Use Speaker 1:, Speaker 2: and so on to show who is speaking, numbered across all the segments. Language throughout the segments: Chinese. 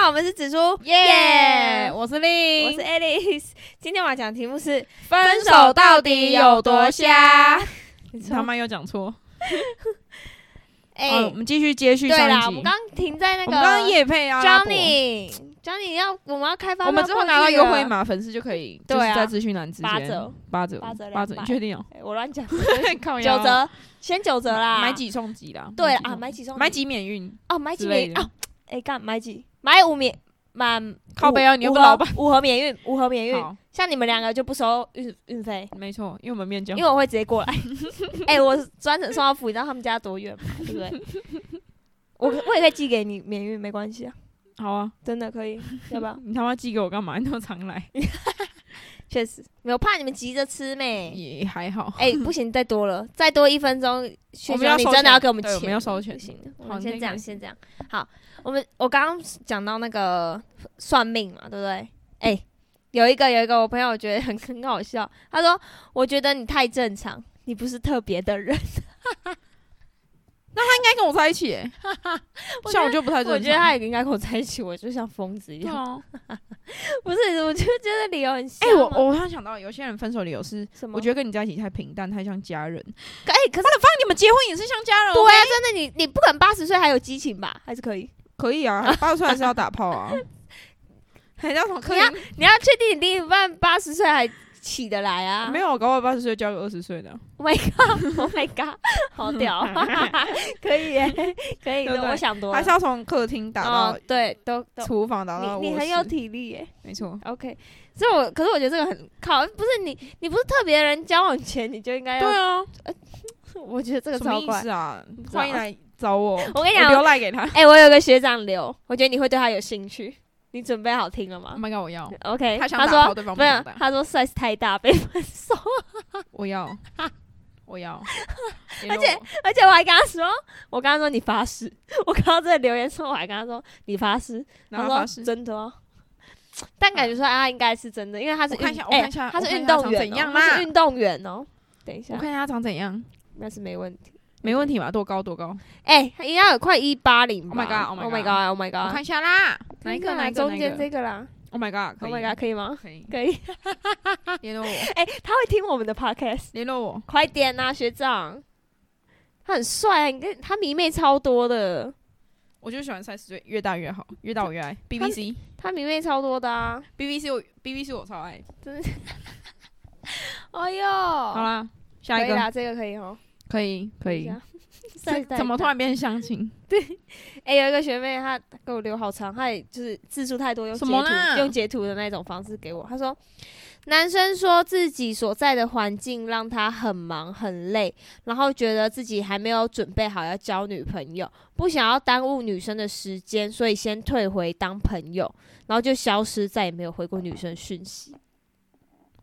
Speaker 1: 好，我们是紫苏，
Speaker 2: 耶！我是
Speaker 1: 我
Speaker 2: 令
Speaker 1: 是，Alice。今 天我要讲的题目是
Speaker 2: 分手到底有多瞎？？
Speaker 1: 你
Speaker 2: 你
Speaker 1: 说
Speaker 2: 他妈又讲错。
Speaker 1: 哎、
Speaker 2: 哦我们继续接续
Speaker 1: 对
Speaker 2: 上一
Speaker 1: 啦，
Speaker 2: 集。
Speaker 1: 我们刚停在那
Speaker 2: 我
Speaker 1: 个
Speaker 2: 们刚刚夜配啊
Speaker 1: Johnny Johnny 要我们要开发，
Speaker 2: 我们之后拿到优惠？码，粉丝就可以，
Speaker 1: 对
Speaker 2: 就是
Speaker 1: 啊
Speaker 2: 在资讯栏直接
Speaker 1: 八折，
Speaker 2: 八折，
Speaker 1: 八折
Speaker 2: 八折，
Speaker 1: 200
Speaker 2: 你 确定哦？
Speaker 1: 哎我乱讲，
Speaker 2: 靠腰
Speaker 1: 九，折，先九折啦。
Speaker 2: 买？几送几啦？
Speaker 1: 对
Speaker 2: 送
Speaker 1: 啊，买几送？
Speaker 2: 买几免运，
Speaker 1: 哦，买几
Speaker 2: 之类
Speaker 1: 免
Speaker 2: 的
Speaker 1: 哦，哎干买几？买五免满
Speaker 2: 靠背啊你又
Speaker 1: 五
Speaker 2: 不
Speaker 1: 盒
Speaker 2: 是老板
Speaker 1: 五盒免运，五盒免运。
Speaker 2: 好，
Speaker 1: 像你们两个就不收运运费，
Speaker 2: 没错，因为我们面交
Speaker 1: 因，为我会直接 过来。哎、我专程送到府，你知道他们家多远吗？对不对？我我也可以寄给你免运，没关系啊，
Speaker 2: 好啊，
Speaker 1: 真的可以，要 不要？
Speaker 2: 你他妈寄给我干嘛？你那么常 来，
Speaker 1: 确实，没有怕你们急着吃 没？
Speaker 2: 也还好。
Speaker 1: 哎、不行，再多了，再多一分钟，学
Speaker 2: 我们
Speaker 1: 长
Speaker 2: 要
Speaker 1: 你
Speaker 2: 收
Speaker 1: 真的
Speaker 2: 钱
Speaker 1: 要给我们
Speaker 2: 对
Speaker 1: 钱，
Speaker 2: 我们要收钱
Speaker 1: 不行的，我
Speaker 2: 好
Speaker 1: 们先
Speaker 2: 你先
Speaker 1: 这样，
Speaker 2: 开
Speaker 1: 先这样。好，我们我刚刚讲到那个算命嘛，对不对？哎、有一个有一个我朋友我觉得很很好笑，他说我觉得你太正常，你不是特别的人。
Speaker 2: 应该跟我在一起欸，像我就不太 正
Speaker 1: 我觉得
Speaker 2: 常
Speaker 1: 他也应该跟我在一起，我就像疯子一
Speaker 2: 对
Speaker 1: 样。
Speaker 2: 啊，
Speaker 1: 不是，我就觉得理由很像
Speaker 2: 哎、
Speaker 1: 啊。
Speaker 2: 我我突然想到，有些人分手理由是，
Speaker 1: 什么？
Speaker 2: 我觉得跟你在一起太平淡，太像家人。
Speaker 1: 得哎、可是
Speaker 2: 放你们结婚也是像家人，
Speaker 1: 对啊，真的你你不可能八十岁还有激情吧？还是可以？
Speaker 2: 可以啊，八十岁还是要打炮 啊。还叫什么可
Speaker 1: 你要你要确定你另一半八十岁还起得来啊？
Speaker 2: 没有，搞不好八十岁交个二十岁的，
Speaker 1: Oh my god！Oh my god！好屌，可以耶，可以
Speaker 2: 对不
Speaker 1: 的。
Speaker 2: 对
Speaker 1: 我想多
Speaker 2: 还是
Speaker 1: 了。
Speaker 2: 要从客厅打
Speaker 1: 啊哦
Speaker 2: 到，
Speaker 1: 对，都都，
Speaker 2: 厨房打到
Speaker 1: 你你
Speaker 2: 卧
Speaker 1: 很有
Speaker 2: 室
Speaker 1: 体力耶。
Speaker 2: 没错，
Speaker 1: OK，所以我可是我觉得这个很靠，不是你你不是特别人交往前你就应该
Speaker 2: 对
Speaker 1: 要，
Speaker 2: 啊，
Speaker 1: 我觉得这个
Speaker 2: 什么
Speaker 1: 超
Speaker 2: 意
Speaker 1: 怪。
Speaker 2: 思啊？
Speaker 1: 知道
Speaker 2: 欢迎来找我，
Speaker 1: 我跟你讲
Speaker 2: 留赖给 他。
Speaker 1: 哎、我有个学长留，我觉得你会对他有兴趣。你准备好听了
Speaker 2: Oh
Speaker 1: 吗
Speaker 2: my god，我要，
Speaker 1: ？OK，
Speaker 2: 嗯他想
Speaker 1: 哎他
Speaker 2: 打炮，
Speaker 1: 说
Speaker 2: 对方不
Speaker 1: 没有
Speaker 2: 想，打，
Speaker 1: 他说 size 太大被分手，
Speaker 2: 我要，我要，
Speaker 1: 而且而且我还跟他说，我刚刚说你发誓， 我看到这个留言说，我还跟他说你发誓，他
Speaker 2: 然后
Speaker 1: 说
Speaker 2: 发誓。
Speaker 1: 真的哦。但感觉说他应该是真的，因为他是
Speaker 2: 我看一
Speaker 1: 运
Speaker 2: 下我
Speaker 1: 哎
Speaker 2: 看一下
Speaker 1: 他
Speaker 2: 我
Speaker 1: 是
Speaker 2: 看
Speaker 1: 运
Speaker 2: 一下他
Speaker 1: 动
Speaker 2: 长
Speaker 1: 员
Speaker 2: 怎
Speaker 1: 哦
Speaker 2: 样
Speaker 1: 他
Speaker 2: 啦
Speaker 1: 是运动员哦。等一
Speaker 2: 我
Speaker 1: 下，
Speaker 2: 看一下他长怎样，
Speaker 1: 那是没问题。
Speaker 2: 没问题吧？多高多高？
Speaker 1: 哎，他应该有快一八零
Speaker 2: Oh my god，Oh my
Speaker 1: god，Oh my
Speaker 2: god
Speaker 1: god，Oh my
Speaker 2: 我看
Speaker 1: god，
Speaker 2: 一下啦，哪一个？
Speaker 1: 天
Speaker 2: 哪一个？
Speaker 1: 中间这个啦
Speaker 2: o h my God，可
Speaker 1: ，Oh
Speaker 2: 以
Speaker 1: my god，可以吗？
Speaker 2: 可以，
Speaker 1: 可以。
Speaker 2: 联络我，
Speaker 1: 哎，他会听我们的 podcast。
Speaker 2: 联络我。
Speaker 1: 快点呐、啊，学长！他很帅、啊，你看他迷妹超多的，
Speaker 2: 我就喜欢三十岁，越大越好，越大我越爱。BBC
Speaker 1: 他迷妹超多的啊！
Speaker 2: BBC 我 BBC 我超爱。
Speaker 1: 哎呦，
Speaker 2: 好
Speaker 1: 好，
Speaker 2: 啦，下
Speaker 1: 可
Speaker 2: 一
Speaker 1: 以
Speaker 2: 个
Speaker 1: 啦，这个可以哦，
Speaker 2: 可以可以啊
Speaker 1: 等一。 下。
Speaker 2: 这
Speaker 1: 晒晒
Speaker 2: 怎么突
Speaker 1: 太
Speaker 2: 然变成相亲？
Speaker 1: 哎、有一个学妹，她给我留好长，她也就是字数太多，用截
Speaker 2: 什么啦
Speaker 1: 图用截图的那种方式给我。她说，男生说自己所在的环境让他很忙很累，然后觉得自己还没有准备好要交女朋友，不想要耽误女生的时间，所以先退回当朋友，然后就消失，再也没有回过女生讯息。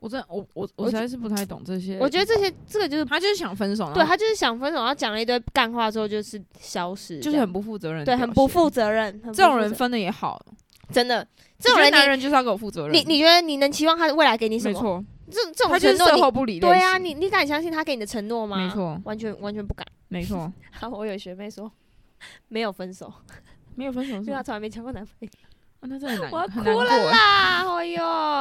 Speaker 2: 我真的我我
Speaker 1: 我
Speaker 2: 我实在是不太懂这些。
Speaker 1: 我觉得这些这个就是。
Speaker 2: 他就是想分手，
Speaker 1: 对
Speaker 2: 然后
Speaker 1: 他就是想分手，然后讲了一堆干话之后就是消失，
Speaker 2: 就是很不负责任，
Speaker 1: 对，很不负。责任。很不
Speaker 2: 这种
Speaker 1: 负
Speaker 2: 人
Speaker 1: 责
Speaker 2: 分的也好，
Speaker 1: 真的，这
Speaker 2: 我
Speaker 1: 种人
Speaker 2: 觉得
Speaker 1: 你
Speaker 2: 男人就是要给我负责任。
Speaker 1: 你你觉得你能期望他未来给你什
Speaker 2: 没
Speaker 1: 么？
Speaker 2: 错，
Speaker 1: 这这种
Speaker 2: 他就是
Speaker 1: 承诺
Speaker 2: 售
Speaker 1: 你，
Speaker 2: 后不理类型。
Speaker 1: 对啊，你你敢相信他给你的承诺吗？
Speaker 2: 没，错
Speaker 1: 完全完全 不敢。
Speaker 2: 没错，
Speaker 1: 然后我有学妹说没有分手，
Speaker 2: 没有分手
Speaker 1: 因
Speaker 2: 是
Speaker 1: 为
Speaker 2: 吗
Speaker 1: 她？从来没交过男朋友。
Speaker 2: 啊那真的嗯很
Speaker 1: 我要
Speaker 2: 难很
Speaker 1: 哭
Speaker 2: 难
Speaker 1: 了
Speaker 2: 过欸。
Speaker 1: 啦！哎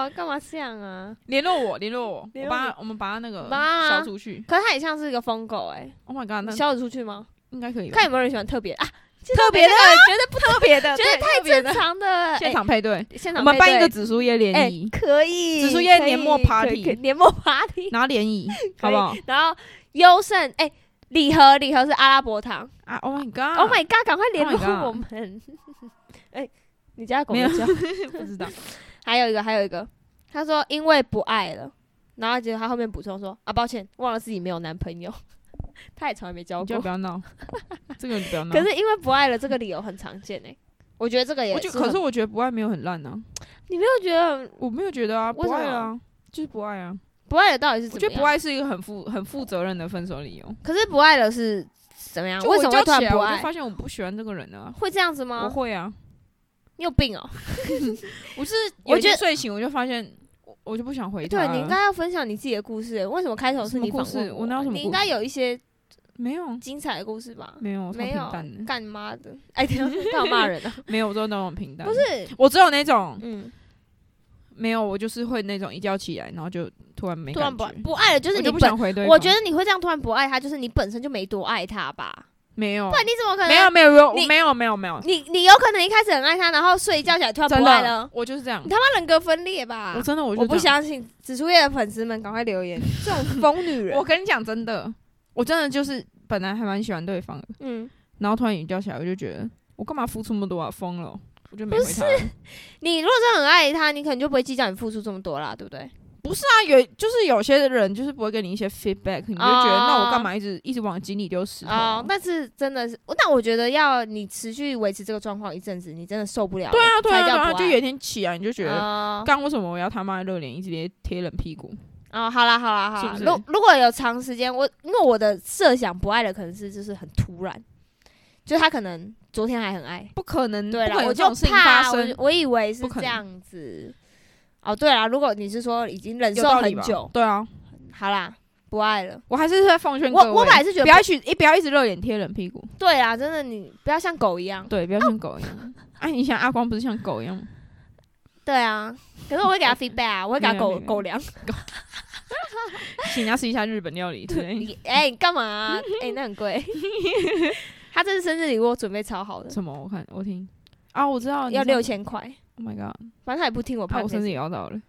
Speaker 1: 呦，干嘛这样啊？
Speaker 2: 联络我，联络我，
Speaker 1: 联络
Speaker 2: 我把
Speaker 1: 你
Speaker 2: 他我们把他那个
Speaker 1: 把他
Speaker 2: 消除去。
Speaker 1: 可是他也像是一个疯狗哎、
Speaker 2: Oh my god，
Speaker 1: 你
Speaker 2: 那
Speaker 1: 消得出去吗？
Speaker 2: 应该可以吧。
Speaker 1: 看有没有人喜欢特别啊，
Speaker 2: 特别的， 觉得不特别的，
Speaker 1: 觉得
Speaker 2: 对
Speaker 1: 太
Speaker 2: 特别的
Speaker 1: 正常的。
Speaker 2: 现
Speaker 1: 场、
Speaker 2: 场配对，
Speaker 1: 哎现
Speaker 2: 我
Speaker 1: 场
Speaker 2: 们
Speaker 1: 配
Speaker 2: 办一
Speaker 1: 对
Speaker 2: 个紫苏叶
Speaker 1: 哎、
Speaker 2: 联谊，
Speaker 1: 可以
Speaker 2: 紫苏宴
Speaker 1: 可以
Speaker 2: 年末
Speaker 1: 可以
Speaker 2: party
Speaker 1: 可以年末 party，
Speaker 2: 然后联谊，
Speaker 1: 哎可
Speaker 2: 好
Speaker 1: 以
Speaker 2: 不好？
Speaker 1: 然后优胜哎。礼盒，礼盒是阿拉伯糖，
Speaker 2: 啊，Oh my god，
Speaker 1: Oh my god！赶快联
Speaker 2: Oh
Speaker 1: 络
Speaker 2: my god
Speaker 1: 我们。 哎、你家的狗
Speaker 2: 没有
Speaker 1: 叫。
Speaker 2: 不知道，
Speaker 1: 还有一个，还有一个，他说因为不爱了，然后结果他后面补充说啊，抱歉，忘了自己没有男朋友， 他也从来没交
Speaker 2: 你
Speaker 1: 过
Speaker 2: 就。不要 闹，这个你不要闹。
Speaker 1: 可是因为不爱了这个理由很常见哎、我觉得这个也
Speaker 2: 我就
Speaker 1: 很
Speaker 2: 可是我觉得不爱没有很烂啊，
Speaker 1: 你没有觉得
Speaker 2: 我没有觉得啊，
Speaker 1: 为什
Speaker 2: 不
Speaker 1: 么
Speaker 2: 爱啊，就是不爱啊。
Speaker 1: 不爱了到底是
Speaker 2: 我
Speaker 1: 怎
Speaker 2: 觉
Speaker 1: 么
Speaker 2: 得
Speaker 1: 样？
Speaker 2: 不爱是一个很负很负责任的分手理由。
Speaker 1: 可是不爱了是怎么样？
Speaker 2: 就
Speaker 1: 啊为
Speaker 2: 我
Speaker 1: 什么会
Speaker 2: 交
Speaker 1: 突然
Speaker 2: 起来
Speaker 1: 不
Speaker 2: 我就
Speaker 1: 爱？
Speaker 2: 发现我不喜欢这个人了。
Speaker 1: 会这样子
Speaker 2: 我
Speaker 1: 吗？
Speaker 2: 会啊，
Speaker 1: 你有病哦、
Speaker 2: 我是
Speaker 1: 我
Speaker 2: 有一
Speaker 1: 觉
Speaker 2: 天
Speaker 1: 得
Speaker 2: 睡醒我就发现我我就不想回他
Speaker 1: 对，你应
Speaker 2: 了
Speaker 1: 该要分享你自己的故事、哎为什么开头是
Speaker 2: 啊什么
Speaker 1: 你
Speaker 2: 故
Speaker 1: 访问
Speaker 2: 事我哪有什么
Speaker 1: 你
Speaker 2: 故
Speaker 1: 应该
Speaker 2: 事
Speaker 1: 有一些
Speaker 2: 没有
Speaker 1: 精彩的故事吗？
Speaker 2: 没有，我超
Speaker 1: 没
Speaker 2: 平
Speaker 1: 有
Speaker 2: 淡，的，
Speaker 1: 干妈的， 哎，等一下干嘛骂人啊？
Speaker 2: 没有，我都那种平 淡。
Speaker 1: 不，是，
Speaker 2: 我只有那种
Speaker 1: 嗯，
Speaker 2: 没有，我就是会那种一觉起来，然后就突然没
Speaker 1: 突然
Speaker 2: 感
Speaker 1: 不
Speaker 2: 觉
Speaker 1: 爱，不爱了，就是
Speaker 2: 我
Speaker 1: 你
Speaker 2: 就不
Speaker 1: 本，
Speaker 2: 想回对方。
Speaker 1: 我觉得你会这样突然不爱他，就是你本身就没多爱他吧？
Speaker 2: 没有
Speaker 1: 不，然你怎么可能？
Speaker 2: 没有，啊没有，没有，
Speaker 1: 你
Speaker 2: 没有，没有，没有，
Speaker 1: 你你有可能一开始很爱他，然后睡一觉起来突然
Speaker 2: 真
Speaker 1: 不爱了
Speaker 2: 的，，我就是这样
Speaker 1: 你。他妈人格分裂吧？
Speaker 2: 我真的，我就
Speaker 1: 我不
Speaker 2: 这样。
Speaker 1: 相信，紫苏叶的粉丝们赶快留言，这种疯女人
Speaker 2: 我，跟你讲，真的，我真的就是本来还蛮喜欢对方的，
Speaker 1: 嗯，
Speaker 2: 然后突然一觉起来，我就觉得我干嘛付出那么多啊，疯了，我就没回他了。
Speaker 1: 你如果真的很爱他，你可能就不会计较你付出这么多啦，对不对？
Speaker 2: 那有就是有些人就是不会给你一些 feedback，你就觉得、
Speaker 1: 哦
Speaker 2: 那我干嘛一直一直往井里丢石头啊？
Speaker 1: 哦，但是真的是，那我觉得要你持续维持这个状况一阵子，你真的受不了了
Speaker 2: 对啊，对啊，
Speaker 1: 才
Speaker 2: 对
Speaker 1: 叫
Speaker 2: 啊，
Speaker 1: 不
Speaker 2: 就
Speaker 1: 爱
Speaker 2: 有一天起来你就觉得，
Speaker 1: 哦
Speaker 2: 干、为什么我要他妈的热脸一直贴贴冷屁股？
Speaker 1: 哦，好啦好啦好啦，
Speaker 2: 是不是
Speaker 1: 如如果有长时间，我因为我的设想不爱的可能是就是很突然，就是他可能昨天还很爱，
Speaker 2: 不可能，
Speaker 1: 对
Speaker 2: 嗯不
Speaker 1: 啦，
Speaker 2: 可
Speaker 1: 我
Speaker 2: 能这
Speaker 1: 就
Speaker 2: 种事情发
Speaker 1: 怕，我
Speaker 2: 生
Speaker 1: 就，我以为是
Speaker 2: 不可
Speaker 1: 这
Speaker 2: 能
Speaker 1: 样子。哦，对啦，如果你是说已经忍
Speaker 2: 有
Speaker 1: 受
Speaker 2: 道理
Speaker 1: 很
Speaker 2: 吧
Speaker 1: 久，
Speaker 2: 对啊，
Speaker 1: 好啦，不爱了。
Speaker 2: 我还是在奉劝各位，
Speaker 1: 我我本来是觉
Speaker 2: 不
Speaker 1: 得
Speaker 2: 要去，不要一直热脸贴冷屁股，
Speaker 1: 不对啦，真的你不要像狗一样。
Speaker 2: 对，不要像狗一样。 哎、你想阿光不是像狗一样吗？
Speaker 1: 对啊，可是我 会给他 feedback 啊，我会给他
Speaker 2: 明白
Speaker 1: 狗
Speaker 2: 明白
Speaker 1: 狗粮。
Speaker 2: 请人家试一下日本料理之类的。
Speaker 1: 你哎，你干嘛 啊？哎，那很贵。 他这次生日礼物我准备超好的，
Speaker 2: 什么？我看我听啊，我知道
Speaker 1: 要六。
Speaker 2: 你知道
Speaker 1: 千块，
Speaker 2: Oh my god！
Speaker 1: 反正他也不听我
Speaker 2: 啊，我
Speaker 1: podcast
Speaker 2: 生日也要到了，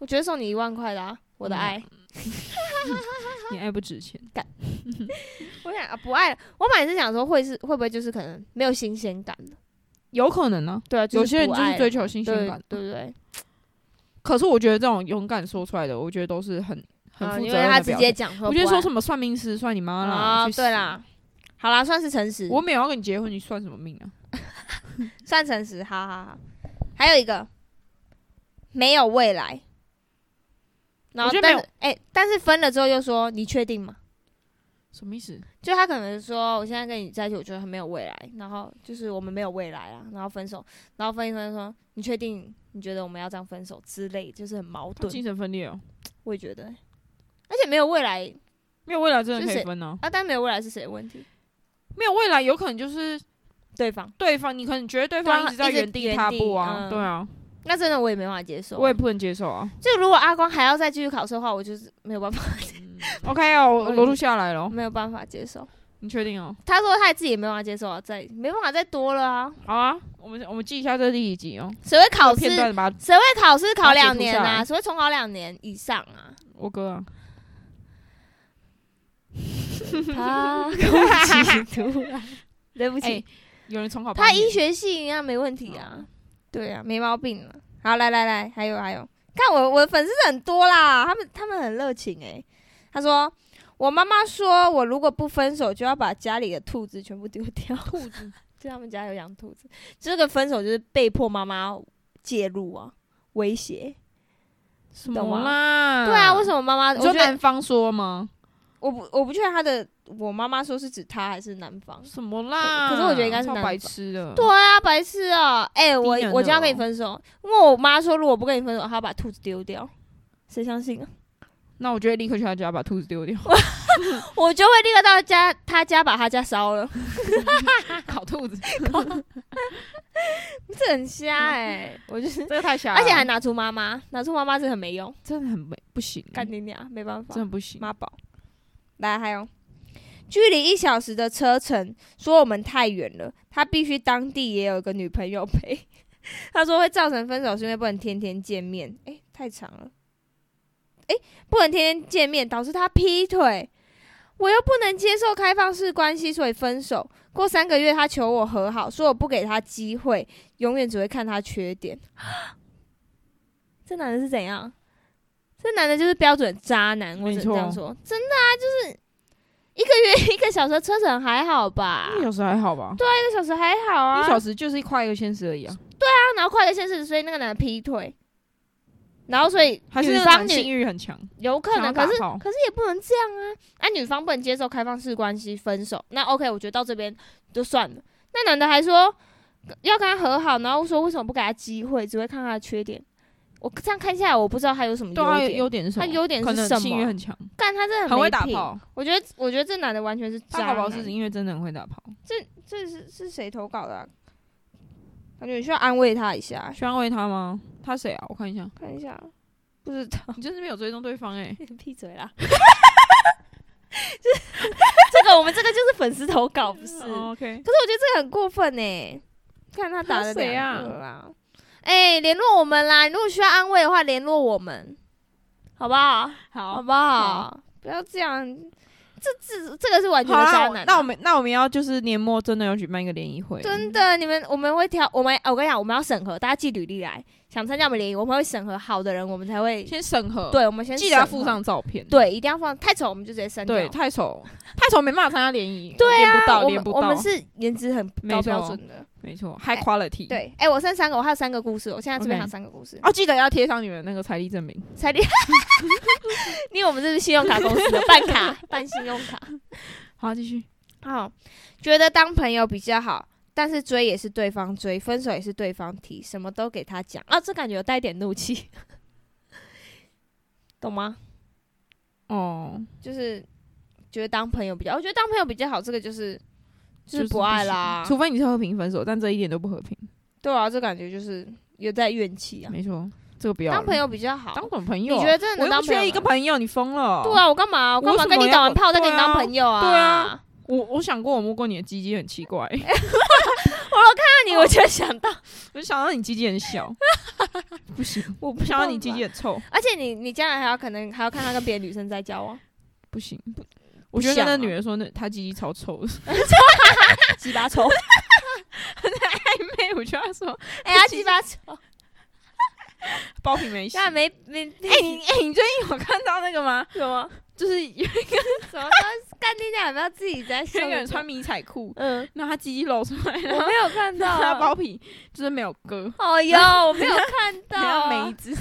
Speaker 1: 我觉得送你一万块的、啊，我的
Speaker 2: 嗯
Speaker 1: 爱。
Speaker 2: 你爱不值钱。
Speaker 1: 我想啊，不爱了。我本来是想说会是会不会就是可能没有新鲜感了，
Speaker 2: 有可能呢、
Speaker 1: 对啊，
Speaker 2: 有些人
Speaker 1: 不
Speaker 2: 就
Speaker 1: 爱
Speaker 2: 是
Speaker 1: 了
Speaker 2: 追求新鲜感。啊
Speaker 1: 对对对，
Speaker 2: 可是我觉得这种勇敢说出来的，我觉得都是很很
Speaker 1: 啊
Speaker 2: 负
Speaker 1: 因
Speaker 2: 责
Speaker 1: 为
Speaker 2: 任
Speaker 1: 他
Speaker 2: 的
Speaker 1: 直
Speaker 2: 表
Speaker 1: 接
Speaker 2: 现。
Speaker 1: 讲说不爱，
Speaker 2: 我觉得说什
Speaker 1: 么
Speaker 2: 么算命师算你妈哦啦，
Speaker 1: 啊，
Speaker 2: 去死
Speaker 1: 对，啦，好啦，算是诚实，
Speaker 2: 我没有要跟你结婚，你算什么命啊？
Speaker 1: 算诚实，好好好。还有一个没有未来，然后
Speaker 2: 我觉得
Speaker 1: 但
Speaker 2: 没有
Speaker 1: 是哎、但是分了之后又说你确定吗？
Speaker 2: 什么意思？
Speaker 1: 就他可能说，我现在跟你在一起，我觉得很没有未来，然后就是我们没有未来啊，然后分手，然后分一分就说，你确定你觉得我们要这样分手之类，就是很矛
Speaker 2: 他
Speaker 1: 盾，
Speaker 2: 精神分裂哦，
Speaker 1: 我也觉得欸、而且没有未来
Speaker 2: 没有未来真的可
Speaker 1: 就
Speaker 2: 以
Speaker 1: 是
Speaker 2: 分呢、
Speaker 1: 啊，但没有未来是谁的问题？
Speaker 2: 没有未来有可能就是
Speaker 1: 对方，
Speaker 2: 对方，你可能觉得对
Speaker 1: 对
Speaker 2: 方
Speaker 1: 啊
Speaker 2: 一直在
Speaker 1: 一直
Speaker 2: 原地
Speaker 1: 原
Speaker 2: 踏
Speaker 1: 地
Speaker 2: 步啊，
Speaker 1: 嗯
Speaker 2: 对啊，
Speaker 1: 那真的我也没办法接受啊。
Speaker 2: 我也不能接受啊。
Speaker 1: 就如果阿光还要再继续考试的话，我就是没有办 法，
Speaker 2: OK 哦，我
Speaker 1: 我也
Speaker 2: 罗录下来了哦，
Speaker 1: 没有办法接受。
Speaker 2: 你确定哦？
Speaker 1: 他说他自己也没办法接受啊，再没办法再多了啊，
Speaker 2: 好啊，我们我们记一下这第一集哦，
Speaker 1: 谁会考试
Speaker 2: 片？段把
Speaker 1: 谁会考试考
Speaker 2: 把它截
Speaker 1: 两
Speaker 2: 图
Speaker 1: 年
Speaker 2: 下
Speaker 1: 啊？
Speaker 2: 来
Speaker 1: 谁会重考两年以上 啊？
Speaker 2: 我哥啊，
Speaker 1: 他攻击突然，对不
Speaker 2: 哎
Speaker 1: 起，，
Speaker 2: 有人重考八
Speaker 1: 他
Speaker 2: 年，
Speaker 1: 医学系应该没问题啊，对啊，没毛病了。好，来来来，还有还有，看我我的粉丝很多啦，他们他们很热情诶、欸他说我妈妈说我如果不分手，就要把家里的兔子全部丢掉。
Speaker 2: 兔子，
Speaker 1: 就他们家有养兔子，这个分手就是被迫妈妈介入啊，威胁。
Speaker 2: 什
Speaker 1: 懂
Speaker 2: 么
Speaker 1: 吗
Speaker 2: 啦？
Speaker 1: 啊对啊，为什么妈妈？
Speaker 2: 你
Speaker 1: 我
Speaker 2: 说
Speaker 1: 觉得
Speaker 2: 男方说吗？
Speaker 1: 我不我不确定他的，我妈妈说是指他还是男方？
Speaker 2: 什么啦？
Speaker 1: 可是我觉得应该是
Speaker 2: 超
Speaker 1: 男
Speaker 2: 白
Speaker 1: 方
Speaker 2: 痴的。
Speaker 1: 对啊，白痴啊！哎、我
Speaker 2: 低能
Speaker 1: 我
Speaker 2: 的
Speaker 1: 就要跟你
Speaker 2: 哦
Speaker 1: 分手，因为我妈说如果不跟你分手，她要把兔子丢掉，谁相信啊？
Speaker 2: 那我觉得立刻去他家把兔 子丢掉，
Speaker 1: 我就会立刻到家他家把他家烧了，
Speaker 2: 烤兔子，
Speaker 1: 这很瞎哎、我就是，
Speaker 2: 这个太瞎了，
Speaker 1: 而且还拿出妈妈，拿出妈妈是很没用，
Speaker 2: 真的很没不行，欸
Speaker 1: 干你娘，没办法
Speaker 2: 真，的不行。
Speaker 1: 妈宝。来，还有，距离一小时的车程，说我们太远了，他必须当地也有一个女朋友陪。 他说会造成分手，是因为不能天天见面。诶、太长了。诶、不能天天见面，导致他劈腿。我又不能接受开放式关系，所以分手。过三个月，他求我和好，说我不给他机会，永远只会看他缺点。 这男的是怎样？这男的就是标准渣男，我只能这样
Speaker 2: 没错
Speaker 1: 说。真的啊，就是一个月 一个小时的车程还好吧？
Speaker 2: 一小时还好吧？对，
Speaker 1: 一个小时还好啊。
Speaker 2: 一小时就是快一个现实而已啊。
Speaker 1: 他拿快乐现实，所以那个男的劈腿，然后所以
Speaker 2: 还是
Speaker 1: 女
Speaker 2: 那个
Speaker 1: 方
Speaker 2: 男
Speaker 1: 女
Speaker 2: 性欲很强，
Speaker 1: 有可
Speaker 2: 想
Speaker 1: 能，
Speaker 2: 要
Speaker 1: 可
Speaker 2: 打
Speaker 1: 是
Speaker 2: 炮
Speaker 1: 可是也不能这样啊！啊，女方不能接受开放式关系，分手。那 OK，我觉得到这边就算了。那男的还说要跟他和好，然后说为什么不给他机会，只会看他的缺点。我这样看下来，我不知道他有什么
Speaker 2: 对啊，
Speaker 1: 优点。
Speaker 2: 优点是什么？
Speaker 1: 他优点是
Speaker 2: 可能
Speaker 1: 什么
Speaker 2: 性欲很强，
Speaker 1: 干他真的
Speaker 2: 很
Speaker 1: 没
Speaker 2: 会打
Speaker 1: 品
Speaker 2: 炮。
Speaker 1: 我觉得，我觉得这男的完全是
Speaker 2: 他
Speaker 1: 渣
Speaker 2: 搞不好
Speaker 1: 男。
Speaker 2: 是因为真的很会打炮，
Speaker 1: 这这是是谁投稿的、啊？感觉你需要安慰他一下，
Speaker 2: 需要安慰他吗？他谁啊？我看一下，
Speaker 1: 看一下，不知道，
Speaker 2: 你真是没有追踪对方哎、
Speaker 1: 闭嘴啦！这这个我们这个就是粉丝投稿，不 是？
Speaker 2: 哦 OK，
Speaker 1: 可是我觉得这个很过分呢、欸看他打了
Speaker 2: 他谁啊
Speaker 1: 两个啦。哎、联络我们啦！你如果需要安慰的话，联络我们，好不好？好
Speaker 2: 好，
Speaker 1: 不好？不要这样，这这这个是完全
Speaker 2: 好
Speaker 1: 的
Speaker 2: 啦
Speaker 1: 渣男啊。
Speaker 2: 那我们那我们要就是年末真的要举办一个联谊会，
Speaker 1: 真的，你们我们会挑，我们我跟你讲，我们要审核，大家寄履历来，想参加我们联谊，我们会审核好的人，我们才会。
Speaker 2: 先审核，，
Speaker 1: 对，我们先
Speaker 2: 记得要
Speaker 1: 审核
Speaker 2: 附，上照片，
Speaker 1: 对，一定要放，太丑我们就直接删掉。
Speaker 2: 对，太丑，太丑没办法参加联谊，
Speaker 1: 对
Speaker 2: 连不
Speaker 1: 啊，
Speaker 2: 到，
Speaker 1: 我
Speaker 2: 连
Speaker 1: 们
Speaker 2: 不
Speaker 1: 我
Speaker 2: 到
Speaker 1: 们，是颜值很
Speaker 2: 没
Speaker 1: 高
Speaker 2: 错
Speaker 1: 标准的。
Speaker 2: 没错，high quality，，
Speaker 1: 对，哎、我剩三个，我还有三个故事，我现在这边
Speaker 2: OK
Speaker 1: 还有三个故事。
Speaker 2: 哦，记得要贴上你们那个财力证明，
Speaker 1: 彩礼， 你以为我们这是信用卡公司的办 卡，办信用卡。
Speaker 2: 好，继续，
Speaker 1: 好，觉得当朋友比较好，但是追也是对方追，分手也是对方提，什么都给他讲啊，这感觉有带一点怒气， 懂吗？
Speaker 2: 哦，
Speaker 1: 就是觉得当朋友比较，我觉得当朋友比较好，这个就是就是
Speaker 2: 就是
Speaker 1: 不爱啦，
Speaker 2: 除非你是和平分手，但这一点都不和平，
Speaker 1: 对啊，这感觉就是有在怨气啊。
Speaker 2: 没错，这个不要了
Speaker 1: 当朋友比较好，
Speaker 2: 当什么朋
Speaker 1: 你
Speaker 2: 友啊？
Speaker 1: 觉得真的
Speaker 2: 我
Speaker 1: 能当
Speaker 2: 又不
Speaker 1: 朋友吗？
Speaker 2: 缺一个朋友，你疯了？
Speaker 1: 对，啊，我干嘛？我干嘛
Speaker 2: 为什么
Speaker 1: 跟你
Speaker 2: 要
Speaker 1: 打完炮再跟你
Speaker 2: 对啊
Speaker 1: 当朋友啊？
Speaker 2: 对啊，我我想过我摸过你的鸡鸡很奇怪，
Speaker 1: 那你我就想到，
Speaker 2: 我就想到你鸡鸡很 小，不行，
Speaker 1: 我
Speaker 2: 不
Speaker 1: 不
Speaker 2: 想到你
Speaker 1: 姐姐。
Speaker 2: 鸡鸡很臭，
Speaker 1: 而且你你将来还要可能还要看他跟别的女生在交 往，
Speaker 2: 不行。我觉得跟
Speaker 1: 不
Speaker 2: 那
Speaker 1: 像啊
Speaker 2: 女人说，那她鸡鸡超臭 的。
Speaker 1: 鸡巴丑，
Speaker 2: 暧昧，我觉得她说
Speaker 1: 哎呀， 鸡巴丑，
Speaker 2: 包皮没洗。
Speaker 1: 现在
Speaker 2: 哎、
Speaker 1: 没没
Speaker 2: 你哎、你最近有看到那个吗？
Speaker 1: 什 么
Speaker 2: 就是有
Speaker 1: 什么 东西干你俩有没有自己在
Speaker 2: 一
Speaker 1: 想
Speaker 2: 个？人穿迷彩裤，
Speaker 1: 嗯，
Speaker 2: 然后她鸡鸡露出来，然
Speaker 1: 我
Speaker 2: 后
Speaker 1: 没有 看到
Speaker 2: 她
Speaker 1: 啊，
Speaker 2: 包皮就是没有 割，
Speaker 1: 哦哟，我没有看到
Speaker 2: 然后
Speaker 1: 啊，
Speaker 2: 每一只，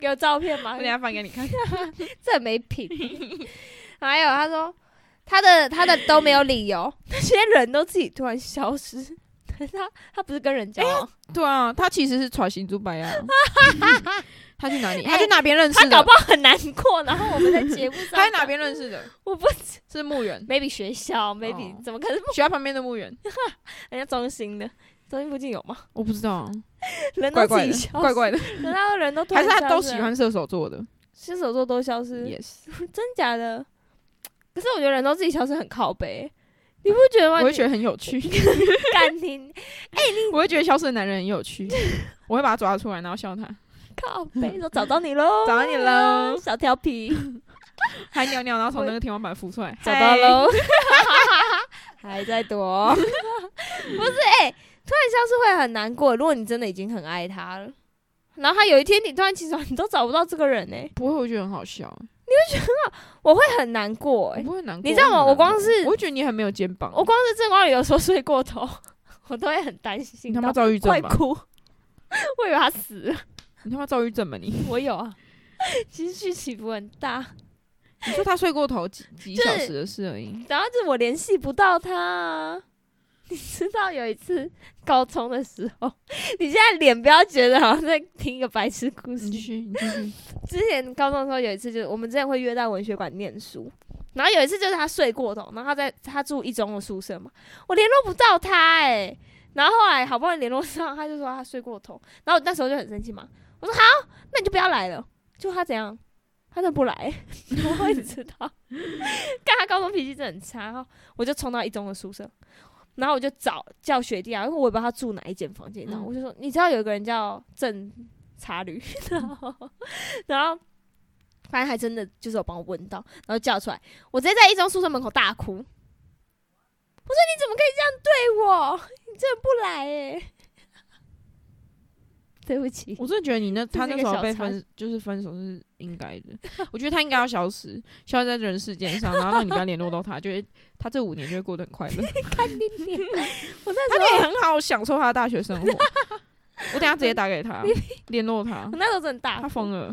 Speaker 1: 有照片吗
Speaker 2: 我等？一下翻给你 看。
Speaker 1: 这很没 品。还有他说他的他的都没有理由， 那些人都自己突然消失， 可是他他不是跟人交往，
Speaker 2: 对啊，她其实是揣新珠白 啊。 她去哪里？
Speaker 1: 哎
Speaker 2: 她去哪边认识
Speaker 1: 他
Speaker 2: 的？
Speaker 1: 搞不好很难过，然后我们在节 目上，
Speaker 2: 他在哪？边认识的？
Speaker 1: 我不知
Speaker 2: 是墓园，
Speaker 1: ，maybe 学校，maybe
Speaker 2: 哦
Speaker 1: 怎么可能？
Speaker 2: 学校旁边的 墓园。
Speaker 1: 人家中心的，中心附近有吗？
Speaker 2: 我不知道啊，
Speaker 1: 人
Speaker 2: 怪
Speaker 1: 都自
Speaker 2: 怪
Speaker 1: 己
Speaker 2: 的，
Speaker 1: 消
Speaker 2: 怪
Speaker 1: 失，
Speaker 2: 怪的，
Speaker 1: 人家人都突
Speaker 2: 还
Speaker 1: 然
Speaker 2: 是他
Speaker 1: 消
Speaker 2: 都
Speaker 1: 失
Speaker 2: 喜
Speaker 1: 了
Speaker 2: 欢射手座的
Speaker 1: 新手座都消失，
Speaker 2: ？Yes，
Speaker 1: 真假的？可是我觉得人都自己消失很靠 背，你不觉得吗？
Speaker 2: 我会
Speaker 1: 你
Speaker 2: 觉得很有趣，
Speaker 1: 干听
Speaker 2: 我会觉得消失的男人很有趣，我会把他抓出来，然后笑他，
Speaker 1: 靠背，说找到你喽，
Speaker 2: 找到你 喽
Speaker 1: 小调皮。
Speaker 2: 还尿尿，然后从那个天花板浮出来，
Speaker 1: 找到
Speaker 2: 嗨。
Speaker 1: 喽， 还在躲，不是哎、突然消失会很难过。如果你真的已经很爱他了，然后他有一天你突然起床，你都找不到这个人哎、
Speaker 2: 不会，我觉得很好笑，
Speaker 1: 我会很难过
Speaker 2: 我
Speaker 1: 哎、
Speaker 2: 不会难过。
Speaker 1: 你知道吗？
Speaker 2: 很难过
Speaker 1: 我光是
Speaker 2: 我会觉得你很没有肩膀，
Speaker 1: 我光是正光宇有时候睡过头， 我都会很担心，
Speaker 2: 你他妈
Speaker 1: 到
Speaker 2: 躁郁
Speaker 1: 快
Speaker 2: 症吧？
Speaker 1: 哭， 我以为他死了，
Speaker 2: 你他妈躁郁症吧你？
Speaker 1: 我有啊， 情绪起伏很大，
Speaker 2: 你说他睡过头几几
Speaker 1: 就是
Speaker 2: 小时的事而已，
Speaker 1: 然后就是我联系不到他、啊。你知道有一次高中的时候， 你现在脸不要觉得好像在听一个白痴故事
Speaker 2: 你。继续，你继续。
Speaker 1: 之前高中的时候有一次，就是我们之前会约到文学馆念书，然后有一次就是他睡过头，然后他在他住一中的宿舍嘛，我联络不到他哎、然后后来好不容易联络上，他就说他睡过头，然后我那时候就很生气嘛，我说好，那你就不要来了。就他怎样，他就不来、 我会知 道。看他高中脾气真的很差，然后我就冲到一中的宿舍，然后我就找叫学弟啊，因为我也不知道他住哪一间房间，然后
Speaker 2: 嗯
Speaker 1: 我就说，你知道有一个人叫郑茶驴， 然后然后反正还真的就是有帮我问到，然后叫出来，我直接在一中宿舍门口大哭。我说你怎么可以这样对我？你真的不来哎、对不起，
Speaker 2: 我真的觉得你那
Speaker 1: 这
Speaker 2: 他
Speaker 1: 是一个
Speaker 2: 那时候
Speaker 1: 小
Speaker 2: 被
Speaker 1: 插
Speaker 2: 分就是分手是应该的，我觉得他应该要消失，消失在人世间上，然后让你不要联络到他，就会他这五年就会过得很 快乐，
Speaker 1: 看你脸，我那
Speaker 2: 他
Speaker 1: 时候
Speaker 2: 可以很好享受他的大学生活。我等一下直接打给他，联络他
Speaker 1: 我，那时候真的大哭，
Speaker 2: 他疯了，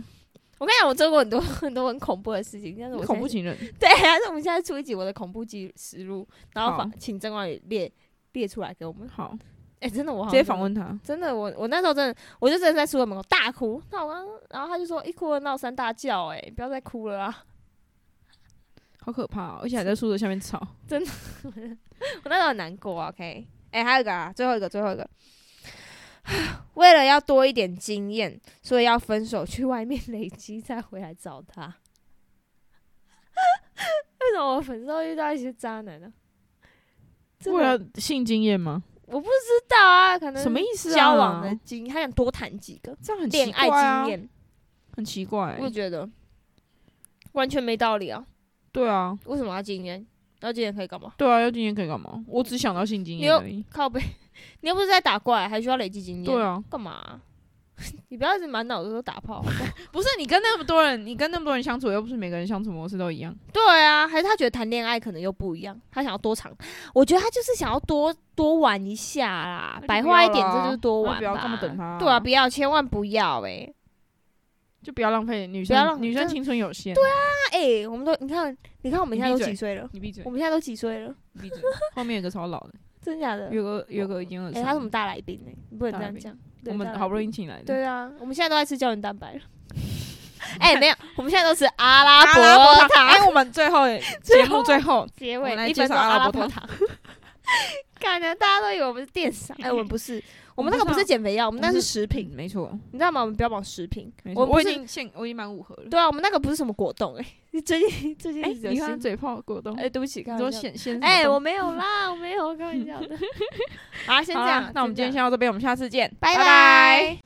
Speaker 1: 我跟你讲，我做过很多很多很恐怖的事情，但是我
Speaker 2: 你恐怖
Speaker 1: 现
Speaker 2: 情人，
Speaker 1: 在对，啊但是我们现在出一集我的恐怖记实录，然后
Speaker 2: 好
Speaker 1: 访请郑光宇列列出来给我们。
Speaker 2: 好，
Speaker 1: 哎、真的我好
Speaker 2: 直
Speaker 1: 像
Speaker 2: 接访问他。
Speaker 1: 真的，我我那时候真的，我就真的在书柜门口大哭。那我刚，然后他就说一哭二闹三大叫、欸，哎，不要再哭了啊！
Speaker 2: 好可怕、哦，而且还在宿舍下面吵。
Speaker 1: 我那时候很难过啊。OK，哎、还有一个啊，最后一个，最后一个， 为了要多一点经验，所以要分手去外面累积，再回来找他。 为什么我分手遇到一些渣男呢、真的
Speaker 2: 为了性经验吗？
Speaker 1: 我不知道啊，可能
Speaker 2: 啊什么意思啊？
Speaker 1: 交往的经，他想多谈几个
Speaker 2: 这样很
Speaker 1: 恋
Speaker 2: 奇
Speaker 1: 爱
Speaker 2: 怪啊哎
Speaker 1: 经，验，
Speaker 2: 很奇怪、欸
Speaker 1: 我觉得完全没道理啊。
Speaker 2: 对啊，
Speaker 1: 为什么要禁烟？要禁烟可以干嘛？
Speaker 2: 对啊，要经验可以干嘛？我只想到性经
Speaker 1: 你
Speaker 2: 验
Speaker 1: 又
Speaker 2: 而已。
Speaker 1: 靠背， 你又不是在打怪，还需要累积经验？
Speaker 2: 对，啊，
Speaker 1: 干嘛啊、 你不要一直满脑子都打炮好不好
Speaker 2: 不是你跟那么多人，你跟那么多人相处，又不是每个人相处模式都一样。
Speaker 1: 对啊，还是他觉得谈恋爱可能又不一样，他想要多尝。我觉得他就是想要多多玩一下啦
Speaker 2: 那，就
Speaker 1: 白
Speaker 2: 不
Speaker 1: 话
Speaker 2: 要
Speaker 1: 一点，这
Speaker 2: 啦
Speaker 1: 就是多玩
Speaker 2: 那
Speaker 1: 吧。
Speaker 2: 不要干嘛等他啊
Speaker 1: 对啊，不要，千万不要哎、欸！
Speaker 2: 就不要浪费女
Speaker 1: 不要浪
Speaker 2: 生，女生
Speaker 1: 真的
Speaker 2: 青春有限。对啊，
Speaker 1: 那哎、欸我们都你看，你看我们
Speaker 2: 你
Speaker 1: 现在
Speaker 2: 闭
Speaker 1: 都
Speaker 2: 嘴
Speaker 1: 几岁了？
Speaker 2: 你闭嘴
Speaker 1: 我，们现在都几岁了？
Speaker 2: 你闭嘴。后面有个超老的，
Speaker 1: 真假的？
Speaker 2: 有个有个已经二
Speaker 1: 哎、
Speaker 2: 十了。
Speaker 1: 他是我们大来宾呢、你不能这
Speaker 2: 大来
Speaker 1: 样
Speaker 2: 宾
Speaker 1: 讲。对
Speaker 2: 我们好不容易。请来的。
Speaker 1: 大来宾对啊，我们现在都在吃胶原蛋白 了。哎、没有，我们现在都吃阿拉
Speaker 2: 阿拉伯
Speaker 1: 伯
Speaker 2: 塔，
Speaker 1: 塔
Speaker 2: 哎，我们 最后节目最后，
Speaker 1: 结
Speaker 2: 我们
Speaker 1: 尾，
Speaker 2: 来
Speaker 1: 一
Speaker 2: 介
Speaker 1: 分
Speaker 2: 绍
Speaker 1: 钟
Speaker 2: 阿拉
Speaker 1: 拉
Speaker 2: 伯
Speaker 1: 伯塔。 感觉大家都以为我们是电商，哎、我们不是， 我们那个不是减肥药，我们那是食品，
Speaker 2: 没错，
Speaker 1: 你知道吗？我们标榜食品，
Speaker 2: 没
Speaker 1: 我
Speaker 2: 错，
Speaker 1: 们不
Speaker 2: 我已
Speaker 1: 是
Speaker 2: 经现我已经满五盒了。
Speaker 1: 对啊，我们那个不是什么果冻，哎， 你最近最近
Speaker 2: 哎，
Speaker 1: 一直有
Speaker 2: 你看
Speaker 1: 新，
Speaker 2: 嘴炮果冻
Speaker 1: 哎、，对不起，开
Speaker 2: 你
Speaker 1: 玩
Speaker 2: 说
Speaker 1: 笑
Speaker 2: 先先
Speaker 1: 哎、我没有啦， 我没有，开玩笑的。好啦，先这
Speaker 2: 好啦
Speaker 1: 样，
Speaker 2: 那我们今天
Speaker 1: 先这样
Speaker 2: 先到这边，我们下次见，
Speaker 1: 拜拜。